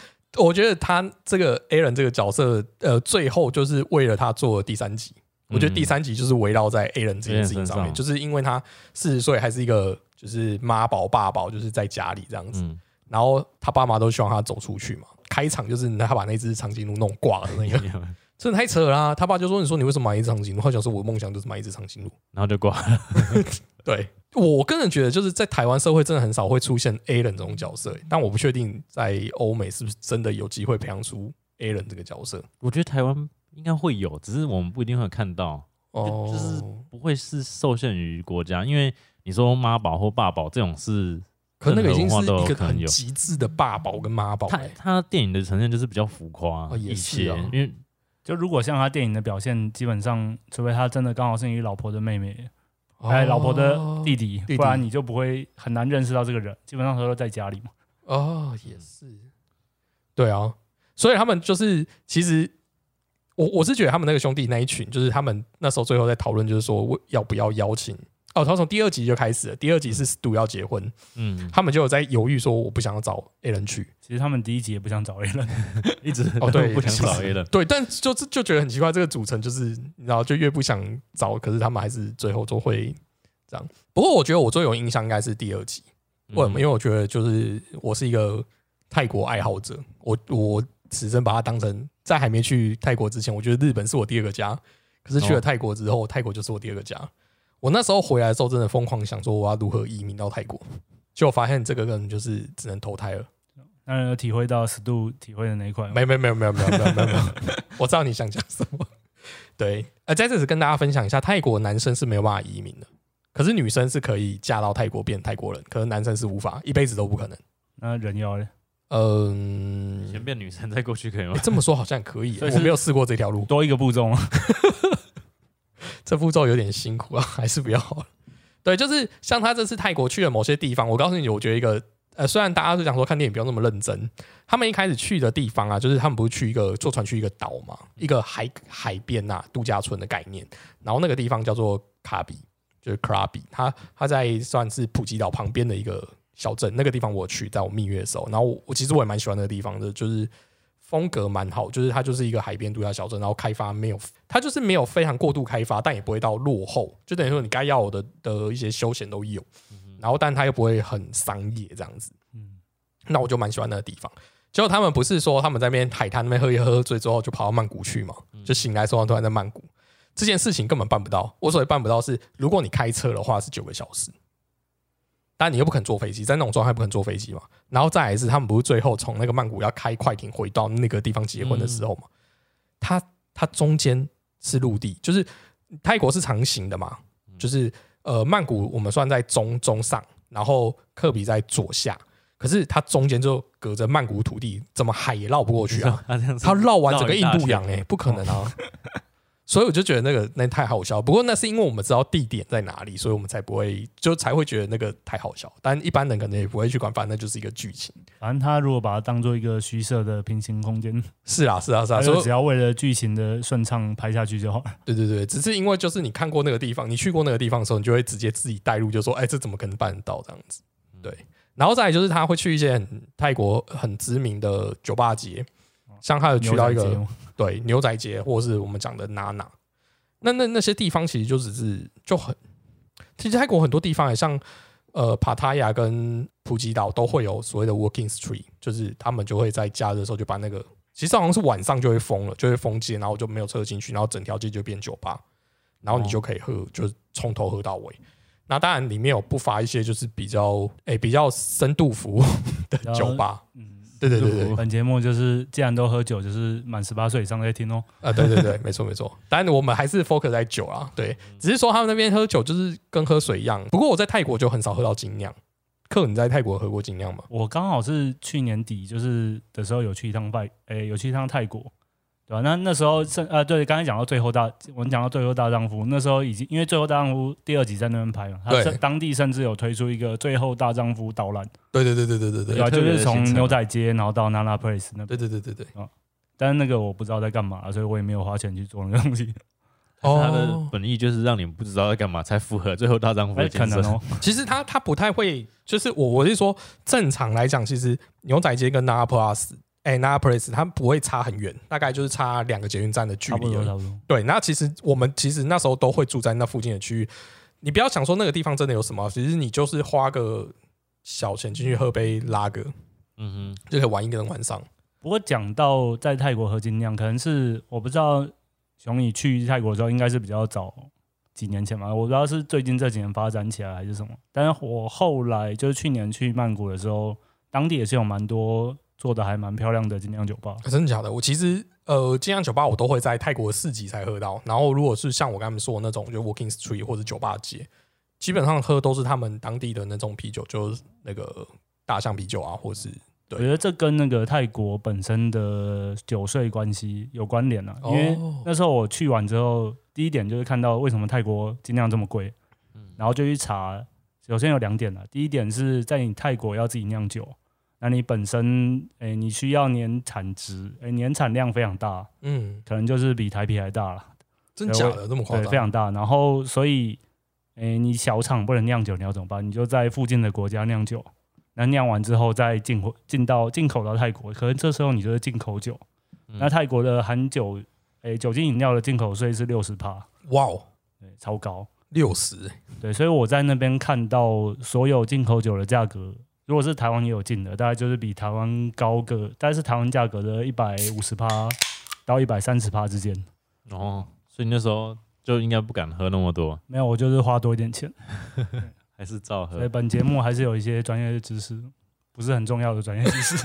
[SPEAKER 2] 我觉得他这个 Aaron 这个角色，呃，最后就是为了他做第三集。我觉得第三集就是围绕在 Aaron 这件事情上面，
[SPEAKER 3] 嗯
[SPEAKER 2] 就是因为他四十岁还是一个就是妈宝爸宝，就是在家里这样子，
[SPEAKER 3] 嗯，
[SPEAKER 2] 然后他爸妈都希望他走出去嘛。开场就是他把那只长颈鹿弄挂了那个，真的太扯了、啊。他爸就说：“你说你为什么买一只长颈鹿？”他想说：“我的梦想就是买一只长颈鹿。”
[SPEAKER 3] 然后就挂了。
[SPEAKER 2] 对我个人觉得，就是在台湾社会真的很少会出现 A 人这种角色，但我不确定在欧美是不是真的有机会培养出 A 人这个角色。
[SPEAKER 3] 我觉得台湾应该会有，只是我们不一定会看到。
[SPEAKER 2] 哦，
[SPEAKER 3] 就是不会是受限于国家，因为你说妈宝或爸宝这种是，
[SPEAKER 2] 可那个已经
[SPEAKER 3] 任何
[SPEAKER 2] 是
[SPEAKER 3] 文化都
[SPEAKER 2] 一
[SPEAKER 3] 有
[SPEAKER 2] 个
[SPEAKER 3] 可能
[SPEAKER 2] 很
[SPEAKER 3] 有
[SPEAKER 2] 极致的爸宝跟妈宝、
[SPEAKER 3] 他
[SPEAKER 2] 欸。
[SPEAKER 3] 他电影的呈现就是比较浮夸、
[SPEAKER 2] 哦也
[SPEAKER 3] 一
[SPEAKER 2] 是
[SPEAKER 3] 些，
[SPEAKER 2] 哦
[SPEAKER 3] 因为
[SPEAKER 1] 就如果像他电影的表现，基本上除非他真的刚好是你老婆的妹妹，还有老婆的弟弟，
[SPEAKER 2] 哦弟
[SPEAKER 1] 不然你就不会很难认识到这个人。基本上他都在家里嘛。
[SPEAKER 2] 哦，也是，对啊，所以他们就是其实我我是觉得他们那个兄弟那一群，就是他们那时候最后在讨论，就是说我要不要邀请哦，他从第二集就开始了，第二集是 Stu 要结婚，
[SPEAKER 3] 嗯，
[SPEAKER 2] 他们就有在犹豫说我不想要找 A 人 去，
[SPEAKER 1] 其实他们第一集也不想找 A 人，
[SPEAKER 3] 一直
[SPEAKER 2] 哦对
[SPEAKER 3] 都不想找 A 了，
[SPEAKER 2] 对，但就是就觉得很奇怪，这个组成就是你知道，就越不想找，可是他们还是最后都会这样。不过我觉得我最有印象应该是第二集，
[SPEAKER 3] 嗯
[SPEAKER 2] 为什么？因为我觉得就是我是一个泰国爱好者，我我始终把它当成在还没去泰国之前，我觉得日本是我第二个家。可是去了
[SPEAKER 3] 哦
[SPEAKER 2] 泰国之后，泰国就是我第二个家。我那时候回来的时候，真的疯狂想说我要如何移民到泰国，结果发现这个人就是只能投胎了。
[SPEAKER 1] 那人有体会到 Stu 体会的那一块吗。
[SPEAKER 2] 没没没有没有没有没有没有没有，我知道你想讲什么。对，呃，在这里跟大家分享一下，泰国男生是没有办法移民的，可是女生是可以嫁到泰国变泰国人，可是男生是无法，一辈子都不可能。
[SPEAKER 1] 那人妖嘞，
[SPEAKER 2] 嗯、
[SPEAKER 3] 前变女生再过去可以吗
[SPEAKER 2] 欸？这么说好像可以、
[SPEAKER 1] 所以是
[SPEAKER 2] 我没有试过这条路，
[SPEAKER 1] 多一个步骤吗？
[SPEAKER 2] 这步骤有点辛苦啊， 还是不要好了。对，就是像他这次泰国去了某些地方，我告诉你，我觉得一个呃，虽然大家都讲说看电影不要那么认真，他们一开始去的地方啊，就是他们不是去一个坐船去一个岛嘛，一个海海边呐、度假村的概念，然后那个地方叫做卡比，就是 k r a b i 它它在算是普吉岛旁边的一个小镇，那个地方我有去，在我蜜月的时候，然后我我其实我也蛮喜欢那个地方的，就是风格蛮好，就是它就是一个海边度假小镇，然后开发没有，它就是没有非常过度开发，但也不会到落后，就等于说你该要的的一些休闲都有，然后但它又不会很商业这样子，
[SPEAKER 1] 嗯，
[SPEAKER 2] 那我就蛮喜欢那个地方。结果他们不是说他们在那边海滩那边喝一喝喝醉之后就跑到曼谷去嘛？就醒来的时候突然在曼谷，这件事情根本办不到。我所谓办不到是，如果你开车的话是九个小时，但你又不肯坐飞机，在那种状态不肯坐飞机嘛。然后再来是他们不是最后从那个曼谷要开快艇回到那个地方结婚的时候嘛？它它中间是陆地，就是泰国是长形的嘛，
[SPEAKER 3] 嗯
[SPEAKER 2] 就是呃曼谷我们算在中中上，然后克比在左下。可是它中间就隔着曼谷土地，怎么海也绕不过 去啊？
[SPEAKER 3] 他这样子
[SPEAKER 2] 他绕完整个印度洋、
[SPEAKER 3] 绕一大
[SPEAKER 2] 欸，
[SPEAKER 3] 圈
[SPEAKER 2] 哎，不可能 啊！所以我就觉得那个那太好笑。不过那是因为我们知道地点在哪里，所以我们才不会就才会觉得那个太好笑。但一般人可能也不会去管，反正那就是一个剧情。
[SPEAKER 1] 反正他如果把它当做一个虚设的平行空间，
[SPEAKER 2] 是啊，是啊，是啊。
[SPEAKER 1] 他
[SPEAKER 2] 所
[SPEAKER 1] 就只
[SPEAKER 2] 以
[SPEAKER 1] 要为了剧情的顺畅拍下去就好了。
[SPEAKER 2] 对对对，只是因为就是你看过那个地方，你去过那个地方的时候，你就会直接自己带入，就说：“哎，这怎么可能办得到？”这样子。
[SPEAKER 1] 嗯
[SPEAKER 2] 对，然后再来就是他会去一些很泰国很知名的酒吧街，像他有去到一
[SPEAKER 1] 牛仔
[SPEAKER 2] 个
[SPEAKER 1] 街吗
[SPEAKER 2] 对牛仔街，或者是我们讲的娜娜。那那那些地方其实就只是就很，其实泰国很多地方也像呃帕塔亚跟普吉岛都会有所谓的 working street，就是他们就会在假日的时候就把那个，其实好像是晚上就会封了，就会封街，然后就没有车进去，然后整条街就变酒吧，然后你就
[SPEAKER 1] 哦
[SPEAKER 2] 可以喝，就是从头喝到尾。那当然里面有不乏一些就是比较诶、比较深度服务的
[SPEAKER 1] 比较
[SPEAKER 2] 酒吧，
[SPEAKER 1] 嗯，
[SPEAKER 2] 对对对 对，
[SPEAKER 1] 本节目就是既然都喝酒，就是满十八岁以上在听哦。
[SPEAKER 2] 啊，对对对，没错没 错。但我们还是 focus 在酒啊，对，只是说他们那边喝酒就是跟喝水一样。不过我在泰国就很少喝到精酿。克，你在泰国喝过精酿吗？
[SPEAKER 1] 我刚好是去年底就是的时候有去一趟泰，诶、有去一趟泰国，对吧、那那时候是呃，对，刚才讲到最后大，我们讲到最后大丈夫，那时候已经因为最后大丈夫第二集在那边拍嘛，他
[SPEAKER 2] 对
[SPEAKER 1] 甚当地甚至有推出一个最后大丈夫导览，
[SPEAKER 2] 对对对对对对对
[SPEAKER 1] 对吧、
[SPEAKER 3] 特
[SPEAKER 1] 就
[SPEAKER 3] 别的
[SPEAKER 1] 是从
[SPEAKER 3] 行程
[SPEAKER 1] 牛仔街然后到 Nana Place 那边，
[SPEAKER 2] 对对 对对对。
[SPEAKER 1] 但那个我不知道在干嘛，所以我也没有花钱去做那个东西，
[SPEAKER 3] 他的
[SPEAKER 2] 哦，
[SPEAKER 3] 本意就是让你不知道在干嘛，才符合最后大丈夫
[SPEAKER 1] 哎
[SPEAKER 3] 的精
[SPEAKER 1] 可
[SPEAKER 3] 神
[SPEAKER 1] 能哦，
[SPEAKER 2] 其实他他不太会，就是我我是说，正常来讲，其实牛仔街跟 Nara Plus，哎、n a r a Plus，它不会差很远，大概就是差两个捷运站的距
[SPEAKER 1] 差不
[SPEAKER 2] 离而
[SPEAKER 1] 多
[SPEAKER 3] 啊
[SPEAKER 2] 已
[SPEAKER 1] 差。不多。
[SPEAKER 2] 对，那其实我们其实那时候都会住在那附近的区域。你不要想说那个地方真的有什么，啊其实你就是花个小钱进去喝杯拉格，
[SPEAKER 3] 嗯
[SPEAKER 2] 就可以玩一个人晚上。啊
[SPEAKER 1] 不过讲到在泰国喝精酿，可能是我不知道熊你去泰国的时候应该是比较早几年前吧，我不知道是最近这几年发展起来还是什么。但是我后来就是去年去曼谷的时候，当地也是有蛮多做的还蛮漂亮的精酿酒吧。
[SPEAKER 2] 啊真的假的？我其实呃，精酿酒吧我都会在泰国市集才喝到。然后如果是像我刚才说的那种，就 Walking Street 或者酒吧街，基本上喝都是他们当地的那种啤酒，就是那个大象啤酒啊，或是
[SPEAKER 1] 我
[SPEAKER 2] 对
[SPEAKER 1] 觉得这跟那个泰国本身的酒税关系有关联啊，因为
[SPEAKER 2] 哦
[SPEAKER 1] 那时候我去完之后，第一点就是看到为什么泰国精酿这么贵，
[SPEAKER 2] 嗯
[SPEAKER 3] 哼，
[SPEAKER 1] 然后就去查。首先有两点了，第一点是在你泰国要自己酿酒，那你本身诶、你需要年产值，诶、年产量非常大，
[SPEAKER 2] 嗯，
[SPEAKER 1] 可能就是比台啤还大了，
[SPEAKER 2] 真
[SPEAKER 1] 对
[SPEAKER 2] 假
[SPEAKER 1] 我
[SPEAKER 2] 的这么夸
[SPEAKER 1] 对，
[SPEAKER 2] 张
[SPEAKER 1] 非？常大。然后所以诶、你小厂不能酿酒，你要怎么办？你就在附近的国家酿酒，那酿完之后再进口进到进口到泰国，可能这时候你就是进口酒。
[SPEAKER 3] 嗯
[SPEAKER 1] 那泰国的含酒诶、酒精饮料的进口税是六十帕，
[SPEAKER 2] 哇哦，
[SPEAKER 1] 对，超高。
[SPEAKER 2] 六十，
[SPEAKER 1] 对，所以我在那边看到所有进口酒的价格，如果是台湾也有进的，大概就是比台湾高个，大概是台湾价格的一百五十趴到一百三十趴之间。
[SPEAKER 3] 哦，所以你那时候就应该不敢喝那么多，
[SPEAKER 1] 没有，我就是花多一点钱。
[SPEAKER 3] 还是照喝
[SPEAKER 2] 呃
[SPEAKER 1] 所以。本节目还是有一些专业知识，不是很重要的专业知 识。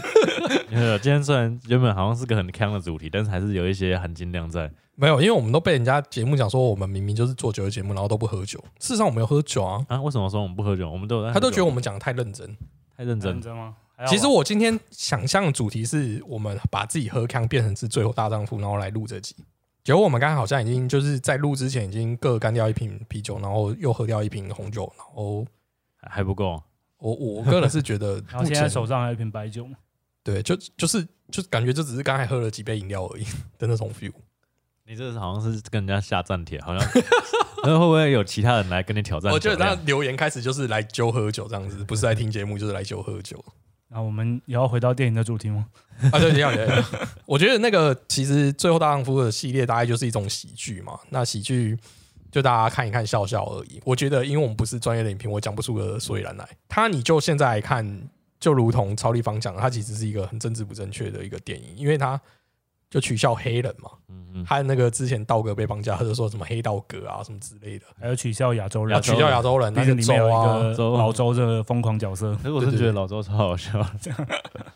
[SPEAKER 3] 因为今天虽然原本好像是个很康的主题，但是还是有一些含金量在。
[SPEAKER 2] 没有，因为我们都被人家节目讲说我们明明就是做酒的节目，然后都不喝酒。事实上我们有喝酒啊，
[SPEAKER 3] 啊，为什么说我们不喝酒？我们都有在喝
[SPEAKER 2] 他都觉得
[SPEAKER 3] 酒
[SPEAKER 2] 我们讲的太认真。
[SPEAKER 3] 太认真
[SPEAKER 1] 认。真吗？还好吧
[SPEAKER 2] 其实我今天想象的主题是我们把自己喝康变成是最后大丈夫，然后来录这集。结果我们刚刚好像已经就是在录之前已经各干掉一瓶啤酒，然后又喝掉一瓶红酒，然后
[SPEAKER 3] 还不够，
[SPEAKER 2] 我我个人是觉得
[SPEAKER 1] 然后
[SPEAKER 2] 目
[SPEAKER 1] 现在
[SPEAKER 2] 前
[SPEAKER 1] 手上还有一瓶白酒嘛，
[SPEAKER 2] 对就就是就感觉就只是刚才喝了几杯饮料而已 的那种 feel。
[SPEAKER 3] 你这是好像是跟人家下战帖，好像 那会不会有其他人来跟你挑战
[SPEAKER 2] 我
[SPEAKER 3] 酒量？
[SPEAKER 2] 觉得那留言开始就是来揪喝酒这样子，不是来听节目就是来揪喝酒。
[SPEAKER 1] 那我们也要回到电影的主题吗？
[SPEAKER 2] 啊，对，一样一样。一样我觉得那个其实《最后大丈夫》的系列大概就是一种喜剧嘛，那喜剧就大家看一看笑笑而已。我觉得，因为我们不是专业的影评，我讲不出个所以然来。它你就现在来看，就如同超立方讲的，它其实是一个很政治不正确的一个电影，因为它就取笑黑人嘛，
[SPEAKER 3] 嗯嗯，
[SPEAKER 2] 还有那个之前道哥被绑架，他就说什么黑道哥啊什么之类的，
[SPEAKER 1] 还有取笑亚洲人
[SPEAKER 2] 要，取笑亚洲人，
[SPEAKER 1] 毕
[SPEAKER 2] 那个
[SPEAKER 1] 竟里
[SPEAKER 2] 州
[SPEAKER 1] 面有
[SPEAKER 2] 啊，
[SPEAKER 1] 一
[SPEAKER 3] 州
[SPEAKER 1] 个老周的疯狂角色。
[SPEAKER 3] 可是我是觉得老周超好笑，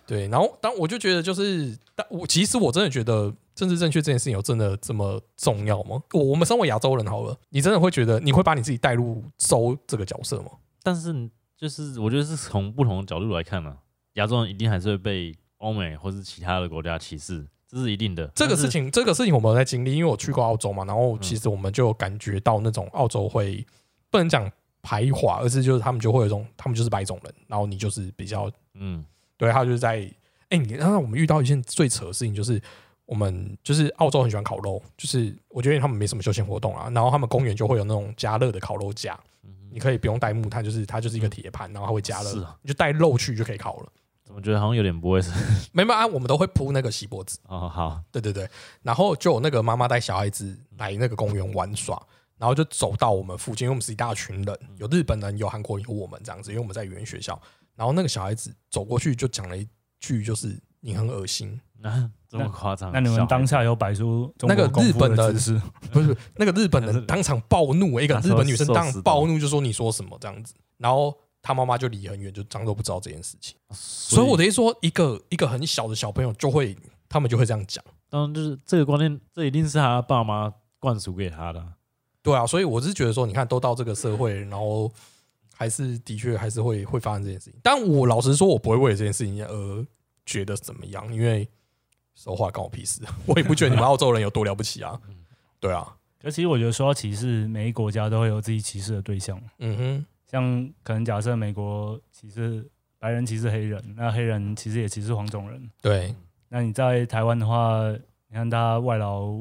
[SPEAKER 2] 对，然后但我就觉得就是，但我其实我真的觉得政治正确这件事情有真的这么重要吗？我我们身为亚洲人好了，你真的会觉得你会把你自己带入周这个角色吗？
[SPEAKER 3] 但是就是我觉得是从不同的角度来看呢、亚洲人一定还是会被欧美或是其他的国家歧视，这是一定的。
[SPEAKER 2] 这个
[SPEAKER 3] 但是嗯
[SPEAKER 2] 事情，这个事情我们有在经历，因为我去过澳洲嘛，然后其实我们就有感觉到那种澳洲会不能讲排华，而是就是他们就会有一种，他们就是白种人，然后你就是比较
[SPEAKER 3] 嗯，
[SPEAKER 2] 对，他就是在哎、你刚刚我们遇到一件最扯的事情，就是我们就是澳洲很喜欢烤肉，就是我觉得他们没什么休闲活动啊，然后他们公园就会有那种加热的烤肉架，你可以不用带木炭，就是它就是一个铁盘，然后它会加热，
[SPEAKER 3] 嗯是啊，
[SPEAKER 2] 你就带肉去就可以烤了。
[SPEAKER 3] 怎么觉得好像有点不会是？
[SPEAKER 2] 没办法，啊我们都会铺那个锡箔纸，
[SPEAKER 3] 哦，好，
[SPEAKER 2] 对对对，然后就有那个妈妈带小孩子来那个公园玩耍。然后就走到我们附近，因为我们是一大群人，有日本人，有韩国人，有我们这样子。因为我们在语言学校，然后那个小孩子走过去就讲了一句，就是“你很恶心”，
[SPEAKER 3] 那这么夸张？
[SPEAKER 1] 那你
[SPEAKER 3] 小
[SPEAKER 1] 们
[SPEAKER 3] 孩
[SPEAKER 1] 当下有摆出中国
[SPEAKER 2] 那个
[SPEAKER 1] 功夫
[SPEAKER 2] 日本的
[SPEAKER 1] 的姿势，
[SPEAKER 2] 不是那个日本
[SPEAKER 3] 但是
[SPEAKER 2] 人当场暴怒，欸一个
[SPEAKER 3] 那时
[SPEAKER 2] 日
[SPEAKER 3] 候
[SPEAKER 2] 本女生
[SPEAKER 3] 寿
[SPEAKER 2] 当
[SPEAKER 3] 司
[SPEAKER 2] 场
[SPEAKER 3] 的
[SPEAKER 2] 暴怒，就说你说什么这样子，然后她妈妈就离很远，就装作不知道这件事情。所以我的意思说，一个一个很小的小朋友就会，他们就会这样讲，
[SPEAKER 3] 当然就是这个观念，这一定是他爸妈灌输给他的啊。
[SPEAKER 2] 对啊，所以我是觉得说，你看都到这个社会，然后还是的确还是会会发生这件事情。但我老实说，我不会为了这件事情而觉得怎么样，因为说话关我屁事，我也不觉得你们澳洲人有多了不起啊，对啊，
[SPEAKER 1] 可其实我觉得说到歧视，每一国家都会有自己歧视的对象。
[SPEAKER 2] 嗯哼，
[SPEAKER 1] 像可能假设美国歧视白人歧视黑人，那黑人其实也歧视黄种人。
[SPEAKER 2] 对，
[SPEAKER 1] 那你在台湾的话，你看他外劳，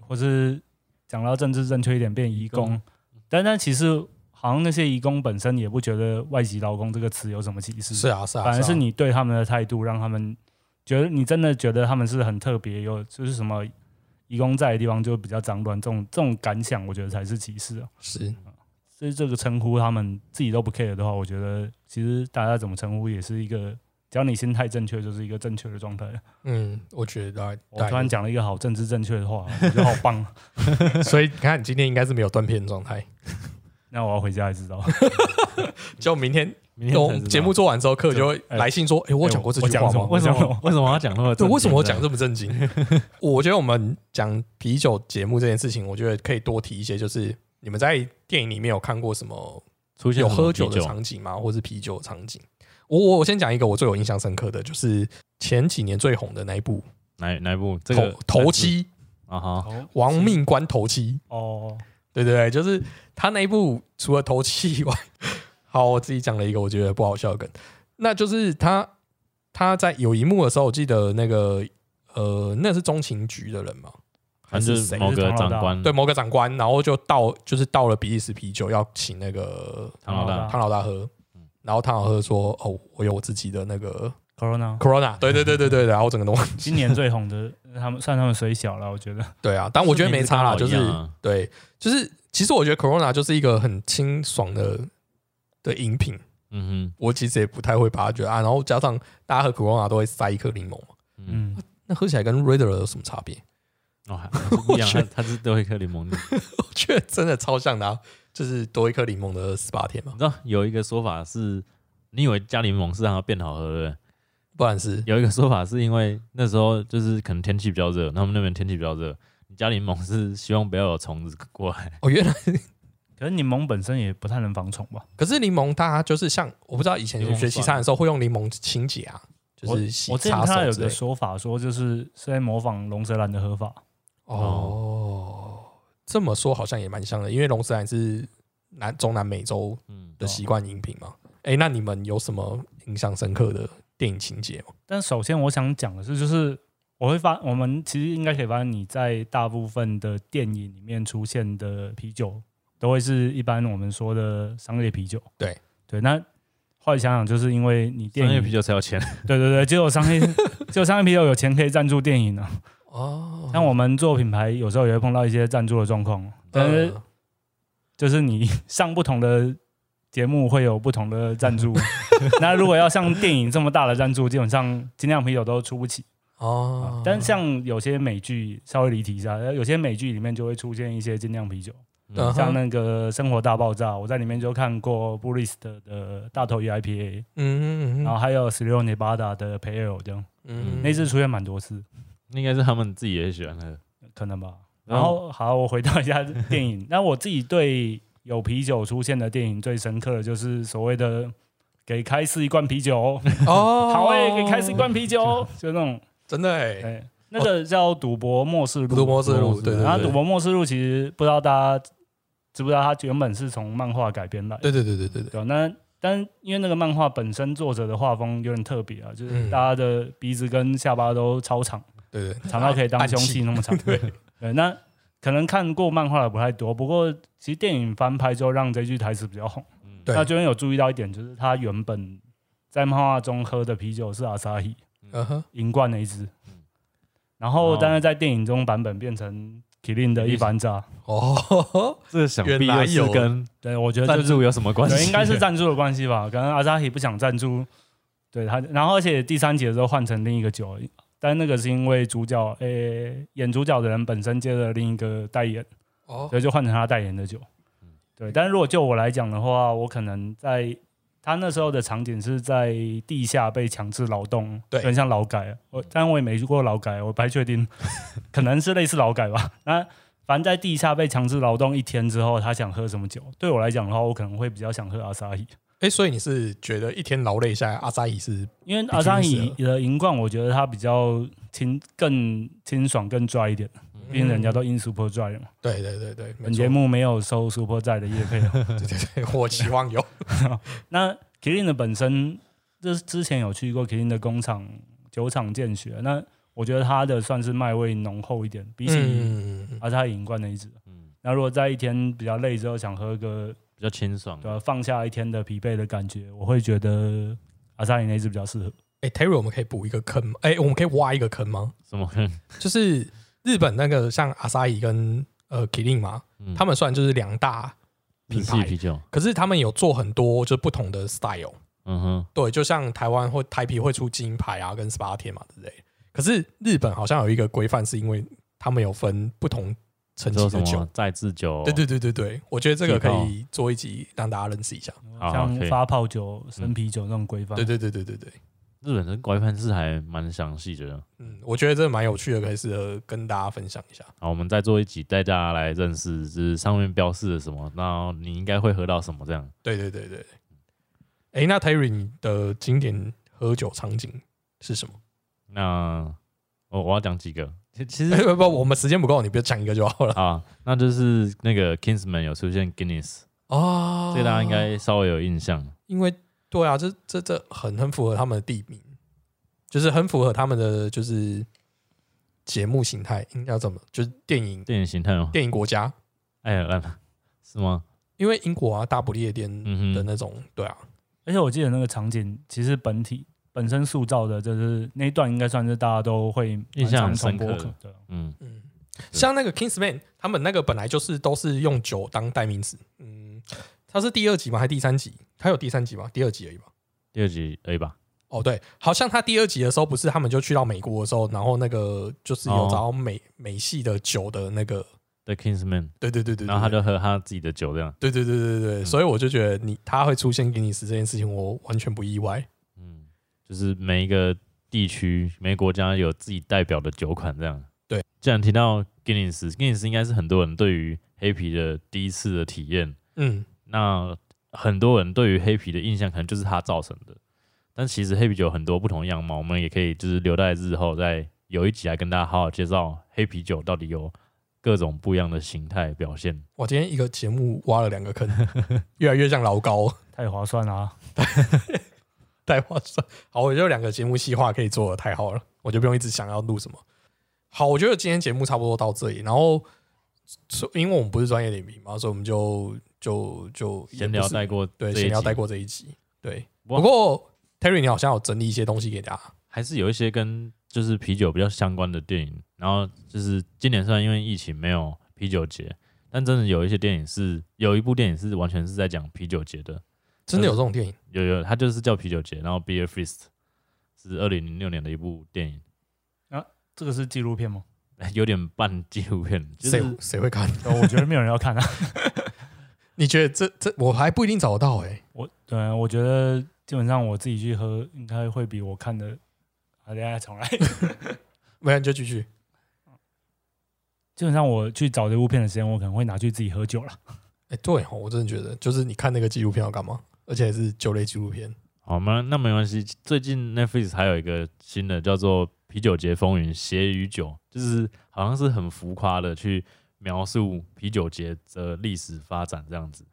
[SPEAKER 1] 或是讲到政治正确一点，变移
[SPEAKER 3] 移
[SPEAKER 1] 工
[SPEAKER 3] 工，
[SPEAKER 1] 但但其实好像那些移工本身也不觉得外籍劳工这个词有什么歧视，
[SPEAKER 2] 是啊，是啊，
[SPEAKER 1] 反而是
[SPEAKER 2] 啊
[SPEAKER 1] 你对他们的态度，让他们觉得你真的觉得他们是很特别，有就是什么义工在的地方就比较脏乱，这种这种感想，我觉得才是歧视啊。
[SPEAKER 2] 是。
[SPEAKER 1] 所以这个称呼他们自己都不 care 的话，我觉得其实大家怎么称呼也是一个，只要你心态正确，就是一个正确的状态。
[SPEAKER 2] 嗯，我觉得
[SPEAKER 1] 我突然
[SPEAKER 2] 讲，
[SPEAKER 1] 讲了一个好政治正确的话，我觉得好棒。
[SPEAKER 2] 所以你看，你今天应该是没有断片的状态。
[SPEAKER 1] 那我要回家才知道，
[SPEAKER 2] 就明天
[SPEAKER 3] 明天
[SPEAKER 2] 我
[SPEAKER 3] 才知道
[SPEAKER 2] 节目做完之后，客人就会
[SPEAKER 1] 哎
[SPEAKER 2] 来信说：“哎，我有讲过这句话
[SPEAKER 1] 我讲什
[SPEAKER 2] 吗
[SPEAKER 1] 么？
[SPEAKER 3] 为什么为什么要讲那么
[SPEAKER 2] 对，
[SPEAKER 3] 正经
[SPEAKER 2] 为什么我讲
[SPEAKER 3] 的
[SPEAKER 2] 这么震 惊？”我觉得我们讲啤酒节目这件事情，我觉得可以多提一些，就是你们在电影里面有看过什么
[SPEAKER 3] 出现
[SPEAKER 2] 有
[SPEAKER 3] 什么
[SPEAKER 2] 喝酒
[SPEAKER 3] 啤
[SPEAKER 2] 的场景吗？或是啤酒的场景？我我我先讲一个我最有印象深刻的，就是前几年最红的那一部
[SPEAKER 3] 哪哪一部？这
[SPEAKER 2] 《
[SPEAKER 3] 个
[SPEAKER 2] 头头七
[SPEAKER 3] 啊哈，
[SPEAKER 1] 哦
[SPEAKER 2] 亡命关头七》。
[SPEAKER 1] 哦，
[SPEAKER 2] 对对对，就是他那一部除了头七以外， 好，我自己讲了一个我觉得不好笑的梗，那就是他他在有一幕的时候，我记得那个呃，那是中情局的人嘛，还
[SPEAKER 3] 反正
[SPEAKER 2] 是
[SPEAKER 3] 就是
[SPEAKER 2] 谁？
[SPEAKER 3] 某个
[SPEAKER 1] 还是唐老
[SPEAKER 3] 长
[SPEAKER 1] 大
[SPEAKER 3] 官
[SPEAKER 2] 对，，某个长官，然后就到就是到了比利时啤酒要请那个
[SPEAKER 3] 唐老大，
[SPEAKER 2] 汤老大喝，
[SPEAKER 3] 嗯
[SPEAKER 2] 然后汤老大说：“哦，我有我自己的那个
[SPEAKER 1] Corona
[SPEAKER 2] Corona。”对对对对对，然后我整个都忘
[SPEAKER 1] 今年最红的，他们算他们水小了，我觉
[SPEAKER 3] 嗯
[SPEAKER 1] 得。
[SPEAKER 2] 对啊，但我觉得没差啦，就是
[SPEAKER 3] 名字刚好一样啊
[SPEAKER 2] 对，就是其实我觉得 Corona 就是一个很清爽的的饮品，
[SPEAKER 3] 嗯
[SPEAKER 2] 我其实也不太会把它觉得啊，然后加上大家喝 Corona 都会塞一颗柠檬嘛，
[SPEAKER 3] 哼嗯，
[SPEAKER 1] 嗯，
[SPEAKER 2] 那喝起来跟 Raider 有什么差别？
[SPEAKER 3] 哦，还还是不一样，
[SPEAKER 2] 我觉
[SPEAKER 3] 他
[SPEAKER 2] 得
[SPEAKER 3] 他是多一颗柠檬的。
[SPEAKER 2] 我觉得真的超像的、啊，就是多一颗柠檬的十八天嘛
[SPEAKER 3] 你，知道有一个说法是，你以为加柠檬是让它变好喝的，
[SPEAKER 2] 不然是
[SPEAKER 3] 有一个说法是因为那时候就是可能天气比较热，他们那边天气比较热，你加柠檬是希望不要有虫子过来。
[SPEAKER 2] 哦，原来
[SPEAKER 1] 可是柠檬本身也不太能防虫吧？
[SPEAKER 2] 可是柠檬它就是像我不知道以前
[SPEAKER 3] 柠檬
[SPEAKER 2] 学习
[SPEAKER 3] 酸
[SPEAKER 2] 餐的时候会用柠檬清洁啊，就是洗
[SPEAKER 1] 我我之前
[SPEAKER 2] 擦
[SPEAKER 1] 看到
[SPEAKER 2] 手
[SPEAKER 1] 有
[SPEAKER 2] 之
[SPEAKER 1] 个
[SPEAKER 2] 类的。
[SPEAKER 1] 说法说，就是是在模仿龙舌兰的喝法。
[SPEAKER 2] 哦，这么说好像也蛮像的，因为龙舌兰是南中南美洲
[SPEAKER 3] 嗯，
[SPEAKER 2] 的习惯饮品嘛。哎、那你们有什么印象深刻的电影情节吗？
[SPEAKER 1] 但首先我想讲的是，就是我会发，我们其实应该可以发现，你在大部分的电影里面出现的啤酒，都会是一般我们说的商业啤酒。
[SPEAKER 2] 对
[SPEAKER 1] 对，那后来想想，就是因为你电
[SPEAKER 3] 商
[SPEAKER 1] 影
[SPEAKER 3] 业啤，酒才有钱。
[SPEAKER 1] 对对对，只有商业， 只有商业啤酒有钱可以赞助电影啊。
[SPEAKER 2] 哦，
[SPEAKER 1] 像我们做品牌，有时候也会碰到一些赞助的状况，但是
[SPEAKER 2] 呃
[SPEAKER 1] 就是你上不同的节目会有不同的赞 助。那如果要像电影这么大的赞助，基本上精酿啤酒都出不起。
[SPEAKER 2] 哦，
[SPEAKER 1] 但像有些美剧稍微离题一下，有些美剧里面就会出现一些精酿啤酒，
[SPEAKER 2] 嗯
[SPEAKER 1] 像那个《生活大爆炸》，我在里面就看过 b u r i s t 的大头鱼 IPA，、
[SPEAKER 2] 嗯嗯
[SPEAKER 1] 然
[SPEAKER 2] 嗯
[SPEAKER 1] 后还有 Sierra Nevada 的 p a l 这样，
[SPEAKER 2] 嗯，
[SPEAKER 1] 那次出现蛮多次，
[SPEAKER 3] 应该是他们自己也喜欢喝。
[SPEAKER 1] 可能吧。然后好，我回到一下 电影，那我自己对有啤酒出现的电影最深刻的就是所谓的给开司一罐啤酒，
[SPEAKER 2] 哦，
[SPEAKER 1] 好诶、给开司一罐啤 酒，就那种
[SPEAKER 2] 真的哎、
[SPEAKER 1] 对，那个叫《赌博末世录》。
[SPEAKER 2] 赌博之
[SPEAKER 3] 赌博
[SPEAKER 2] 路，
[SPEAKER 3] 之
[SPEAKER 2] 对
[SPEAKER 3] 路
[SPEAKER 2] 对
[SPEAKER 1] 然后《
[SPEAKER 2] 对
[SPEAKER 1] 赌博默示录》其实不知道大家知不知道，它原本是从漫画改编来的。
[SPEAKER 2] 对对对对对对，
[SPEAKER 1] 对，啊那但因为那个漫画本身作者的画风有点特别啊，就是
[SPEAKER 2] 嗯
[SPEAKER 1] 大家的鼻子跟下巴都超长，
[SPEAKER 2] 对对，
[SPEAKER 1] 长到可以当
[SPEAKER 2] 暗
[SPEAKER 1] 凶器那么长。对，那可能看过漫画的不太多，不过其实电影翻拍之后让这句台词比较红。
[SPEAKER 3] 嗯，
[SPEAKER 2] 对
[SPEAKER 1] 那这边有注意到一点，就是他原本在漫画中喝的啤酒是阿萨伊
[SPEAKER 2] 嗯哼，
[SPEAKER 1] 银冠那一支，然后
[SPEAKER 3] 哦
[SPEAKER 1] 但是在电影中版本变成 Killing 的一番炸。
[SPEAKER 2] 哦，
[SPEAKER 3] 这个想
[SPEAKER 2] 原
[SPEAKER 3] 必
[SPEAKER 2] 来
[SPEAKER 3] 又是
[SPEAKER 2] 有
[SPEAKER 3] 跟
[SPEAKER 1] 对，我觉得
[SPEAKER 3] 赞
[SPEAKER 1] 就是
[SPEAKER 3] 助有什么关
[SPEAKER 1] 对，
[SPEAKER 3] 系？
[SPEAKER 1] 应该是赞助的关系吧。可能阿扎希不想赞助，对他，然后而且第三集的时候换成另一个酒，但那个是因为主角诶、演主角的人本身接了另一个代言，
[SPEAKER 2] 哦，
[SPEAKER 1] 所以就换成他代言的酒。对，但如果就我来讲的话，我可能在他那时候的场景是在地下被强制劳动，
[SPEAKER 2] 对
[SPEAKER 1] 有点像劳改。我但我也没去过劳改，我不太确定， 可能是类似劳改吧。那反正在地下被强制劳动一天之后，他想喝什么酒？对我来讲的话，我可能会比较想喝阿萨伊，
[SPEAKER 2] 哎、所以你是觉得一天劳累下来，阿扎伊是
[SPEAKER 1] 因为
[SPEAKER 2] 毕竟
[SPEAKER 1] 阿萨
[SPEAKER 2] 是
[SPEAKER 1] 伊的银冠，我觉得它比较清、更清爽、更 dry 一点。毕竟人家都 in super dry 了嘛。
[SPEAKER 2] 嗯对对对对，
[SPEAKER 1] 本
[SPEAKER 2] 没
[SPEAKER 1] 节
[SPEAKER 2] 错，
[SPEAKER 1] 目没有收 super dry 的业费哦。
[SPEAKER 2] 对对对，我 期望有，
[SPEAKER 1] 那 Killing 的本身，就是之前有去过 Killing 的工厂酒厂见学，那我觉得它的算是麦味浓厚一点，比起
[SPEAKER 2] 嗯，
[SPEAKER 1] 阿扎银冠那一支。
[SPEAKER 3] 嗯
[SPEAKER 1] 那如果在一天比较累之后，想喝个
[SPEAKER 3] 比较清爽。
[SPEAKER 1] 对吧、啊放下一天的疲惫的感觉，我会觉得阿扎银那一支比较适合。
[SPEAKER 2] 哎、t e r r y 我们可以补一个坑吗？哎、我们可以挖一个坑吗？
[SPEAKER 3] 什么？
[SPEAKER 2] 就是日本那个像阿萨伊跟呃 Killing 嘛，
[SPEAKER 3] 嗯
[SPEAKER 2] 他们虽然就是两大品
[SPEAKER 3] 日系
[SPEAKER 2] 牌
[SPEAKER 3] 啤，酒，
[SPEAKER 2] 可是他们有做很多就是不同的 style。
[SPEAKER 3] 嗯哼，
[SPEAKER 2] 对，就像台湾或台啤会出金牌啊，跟十八天嘛之类的。可是日本好像有一个规范，是因为他们有分不同层
[SPEAKER 3] 说
[SPEAKER 2] 级
[SPEAKER 3] 什
[SPEAKER 2] 的酒
[SPEAKER 3] 么。再制酒？
[SPEAKER 2] 对对对对对，我觉得这个可以做一集让大家认识一下。
[SPEAKER 3] 好
[SPEAKER 1] 像
[SPEAKER 3] 可以
[SPEAKER 1] 发泡酒、
[SPEAKER 3] 嗯
[SPEAKER 1] 生啤酒那种规范
[SPEAKER 2] 对，对对对对对，
[SPEAKER 3] 日本的规范是还蛮详细的。
[SPEAKER 2] 嗯，我觉得这蛮有趣的，可以适合跟大家分享一下。
[SPEAKER 3] 好，我们再做一集，带大家来认识，就是上面标示的什么，然后你应该会喝到什么这样。
[SPEAKER 2] 对对对对。哎、那 Terry 你的经典喝酒场景是什么？
[SPEAKER 3] 那哦，我要讲几个，其其
[SPEAKER 2] 哎
[SPEAKER 3] 实
[SPEAKER 2] 不不，我们时间不够，你别讲一个就好了。
[SPEAKER 3] 啊，那就是那个 Kingsman 有出现 Guinness，
[SPEAKER 2] 哦
[SPEAKER 3] 这个大家应该稍微有印象。
[SPEAKER 2] 因为对啊，这这这很很符合他们的地名，就是很符合他们的就是节目形态，应该要怎么就是电影
[SPEAKER 3] 电影形态吗？
[SPEAKER 2] 电影国家，
[SPEAKER 3] 哎呀，来吧是吗？
[SPEAKER 2] 因为英国啊大不列颠
[SPEAKER 3] 嗯哼
[SPEAKER 2] 的那种，对啊，
[SPEAKER 1] 而且我记得那个场景，其实本体本身塑造的，就是那一段应该算是大家都会蛮
[SPEAKER 3] 印象很
[SPEAKER 1] 常重播
[SPEAKER 3] 深刻
[SPEAKER 1] 可对啊，
[SPEAKER 3] 嗯，
[SPEAKER 2] 嗯，像那个 Kingsman 他们那个本来就是都是用酒当代名词，嗯，它是第二集吗？还是第三集？它有第三集吗？第二集而已吧。
[SPEAKER 3] 第二集而已吧。
[SPEAKER 2] 哦，对，好像他第二集的时候，不是他们就去到美国的时候，然后那个就是有
[SPEAKER 3] 哦
[SPEAKER 2] 找到美、美系的酒的那个，
[SPEAKER 3] The Kingsman，
[SPEAKER 2] 对对对对对，
[SPEAKER 3] 然后他就嗯喝他自己的酒，这样。
[SPEAKER 2] 对对对对对对，所以我就觉得你他会出现给你时这件事情，我完全不意外。
[SPEAKER 3] 嗯，就是每一个地区、每个国家有自己代表的酒款这样。
[SPEAKER 2] 对，
[SPEAKER 3] 既然提到 Guinness，Guinness 应该是很多人对于黑啤的第一次的体验。
[SPEAKER 2] 嗯，
[SPEAKER 3] 那很多人对于黑啤的印象可能就是它造成的，但其实黑啤酒有很多不同样貌，我们也可以就是留待日后再有一集来跟大家好好介绍黑啤酒到底有各种不一样的形态表现。
[SPEAKER 2] 我今天一个节目挖了两个坑， 越来越像老高，
[SPEAKER 1] 太划算了啊！
[SPEAKER 2] 太划算。好，我就有两个节目细化可以做的，太好了，我就不用一直想要录什么。好，我觉得今天节目差不多到这里，然后所因为我们不是专业点评嘛，所以我们就就就也
[SPEAKER 3] 闲
[SPEAKER 2] 不
[SPEAKER 3] 聊
[SPEAKER 2] 是
[SPEAKER 3] 带过这一
[SPEAKER 2] 对
[SPEAKER 3] 集，
[SPEAKER 2] 闲聊带过这一集。对，
[SPEAKER 3] 哇
[SPEAKER 2] 不过 Terry 你好像有整理一些东西给大家，
[SPEAKER 3] 还是有一些跟就是啤酒比较相关的电影。然后就是今年虽然因为疫情没有啤酒节，但真的有一些电影是有一部电影是完全是在讲啤酒节的，
[SPEAKER 2] 真的有这种电影？
[SPEAKER 3] 有有它就是叫啤酒节，然后 Beer Feast 是二零零六年的一部电影，
[SPEAKER 1] 这个是纪录 片吗？
[SPEAKER 3] 有点半纪录片，就
[SPEAKER 2] 谁
[SPEAKER 3] 是
[SPEAKER 2] 谁会看？
[SPEAKER 1] 对我觉得没有人要看啊。
[SPEAKER 2] 你觉得这这我还不一定找得到哎、
[SPEAKER 1] 我对，我觉得基本上我自己去喝，应该会比我看的。啊，等一下重来。
[SPEAKER 2] 没有你就继续。
[SPEAKER 1] 基本上我去找这部片的时间，我可能会拿去自己喝酒了。
[SPEAKER 2] 哎、对哦，我真的觉得，就是你看那个纪录片要干嘛？而且还是酒类纪录片。
[SPEAKER 3] 好吗？那没关系。最近 Netflix 还有一个新的叫做《啤酒节风云：血与酒》，就是好像是很浮夸的去描述啤酒节的历史发展这样子。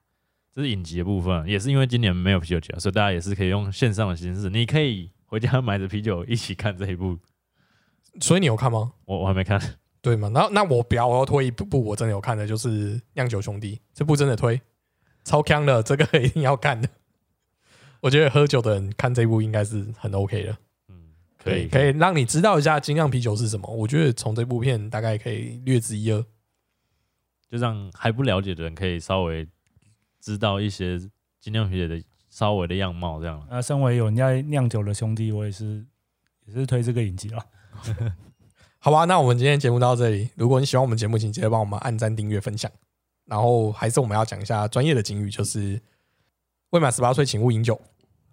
[SPEAKER 3] 这是影集的部分，啊也是因为今年没有啤酒节啊，所以大家也是可以用线上的形式，你可以回家买着啤酒一起看这一部。
[SPEAKER 2] 所以你有看吗？
[SPEAKER 3] 我我还没看，
[SPEAKER 2] 对吗？那那我不要，我要推一部我真的有看的，就是《酿酒兄弟》这部真的推，超强的，这个一定要看的。我觉得喝酒的人看这部应该是很 OK 的，
[SPEAKER 3] 嗯，
[SPEAKER 2] 可以让你知道一下精酿啤酒是什么。我觉得从这部片大概可以略知一二。
[SPEAKER 3] 就让还不了解的人可以稍微知道一些精酿啤酒的稍微的样貌这样了。
[SPEAKER 1] 啊，身为有人家酿酒的兄弟，我也是也是推这个影集了。
[SPEAKER 2] 好吧，那我们今天节目到这里。如果你喜欢我们节目，请记得帮我们按赞、订阅、分享。然后还是我们要讲一下专业的警语，就是未满十八岁请勿饮酒。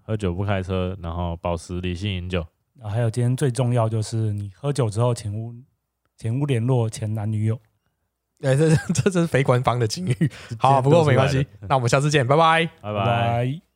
[SPEAKER 3] 喝酒不开车，然后保持理性饮酒。
[SPEAKER 1] 啊，还有今天最重要就是，你喝酒之后，请勿请勿联络前男女友。
[SPEAKER 2] 哎，这这这是非官方的警语。好，不过没关系，那我们下次见，拜拜。
[SPEAKER 3] 拜
[SPEAKER 1] 拜
[SPEAKER 3] 拜。
[SPEAKER 1] 拜